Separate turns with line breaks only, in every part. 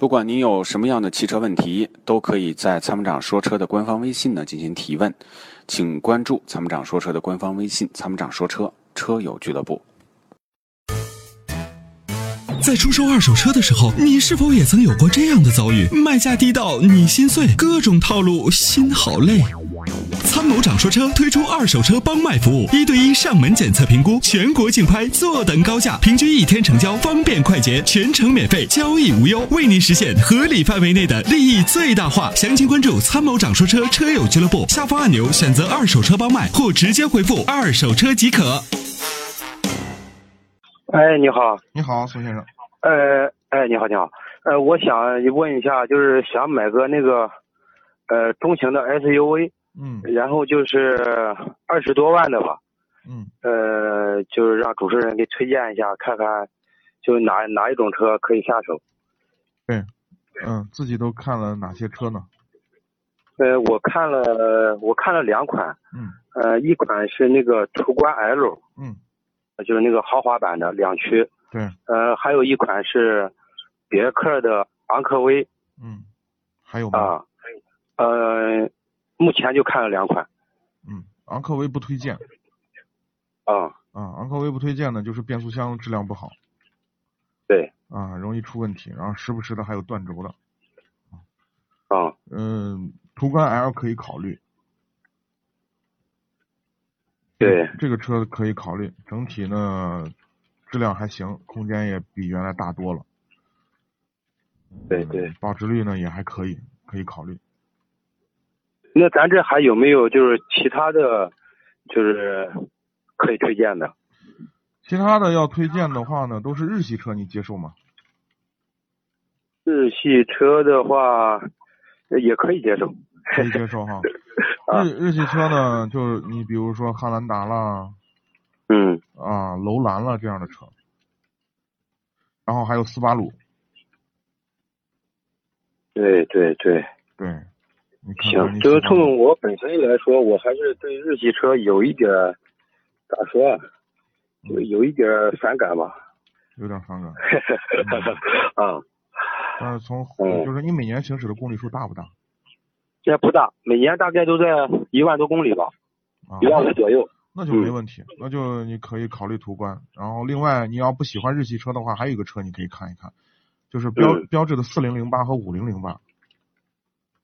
不管您有什么样的汽车问题，都可以在参谋长说车的官方微信呢进行提问，请关注参谋长说车的官方微信“参谋长说车车友俱乐部
在出售二手车的时候，你是否也曾有过这样的遭遇？卖价低到你心碎，各种套路，心好累。参谋长说车推出二手车帮卖服务，一对一上门检测评估，全国竞拍，坐等高价，平均一天成交，方便快捷，全程免费，交易无忧，为您实现合理范围内的利益最大化。详情关注参谋长说车车友俱乐部下方按钮，选择二手车帮卖，或直接回复二手车即可。
哎，你好，
你好，宋先生。
呃，哎，你好，你好，呃，我想问一下，就是想买个那个，呃，中型的 SUV，
嗯
然后就是二十多万的吧，
嗯
呃，就是让主持人给推荐一下，看看就是哪哪一种车可以下手。
嗯，自己都看了哪些车呢？
呃，我看了，我看了两款，
嗯
呃，一款是那个途观 L，
嗯，
就是那个豪华版的两驱，
对，
呃，还有一款是别克的昂科威
嗯，还有吗？
啊，呃，目前就看了两款。
嗯，昂科威不推荐
啊，
啊，昂科威不推荐呢，就是变速箱质量不好
对，
啊，容易出问题，然后时不时的还有断轴的。
啊，
嗯，途观 L 可以考虑，
对，
这个车可以考虑，整体呢质量还行，空间也比原来大多了，嗯
对对。
保值率呢也还可以，可以考虑。
那咱这还有没有就是其他的，就是可以推荐的？
其他的要推荐的话呢，都是日系车，你接 受吗？
日系车的话，也可以接受。
可以接受哈。
啊
日日系车呢，就是你比如说汉兰达啦
嗯，
啊、楼兰啦这样的车，然后还有斯巴鲁，
对对对，
对，你看看
行。
你
就是
喜欢哪
从我本身来说，我还是对日系车有一点儿咋说啊，就有一点儿反感吧。
有点反感，嗯
啊，
但是从
嗯
就是你每年行驶的公里数大不大
现在不大，每年大概都在一万多公里吧，
啊
一？万五左右。
那就
嗯
没问题，那就你可以考虑途观。然后另外你要不喜欢日系车的话，还有一个车你可以看一看，就是标、
嗯
标志的四零零八和五零零八。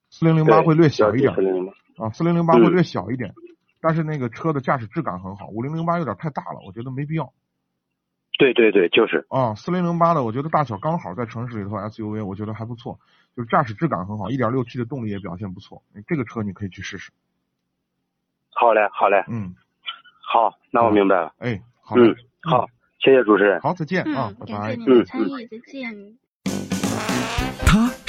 四零零八会略小一点，
点。
啊，四零零八会
嗯
略小一点，但是那个车的驾驶质感很好。五零零八有点太大了，我觉得没必要
对对对，就是。
啊。四零零八的，我觉得大小刚好，在城市里头 SUV 我觉得还不错，就是驾驶质感很好，一点六 T 的动力也表现不错。这个车你可以去试试。
好嘞，好嘞，
嗯，
好，那我明白了。
哎，好嘞，
嗯，好，谢谢主持人。
好，再见啊，拜
感
拜。
谢您的
嗯
参与，再见。
它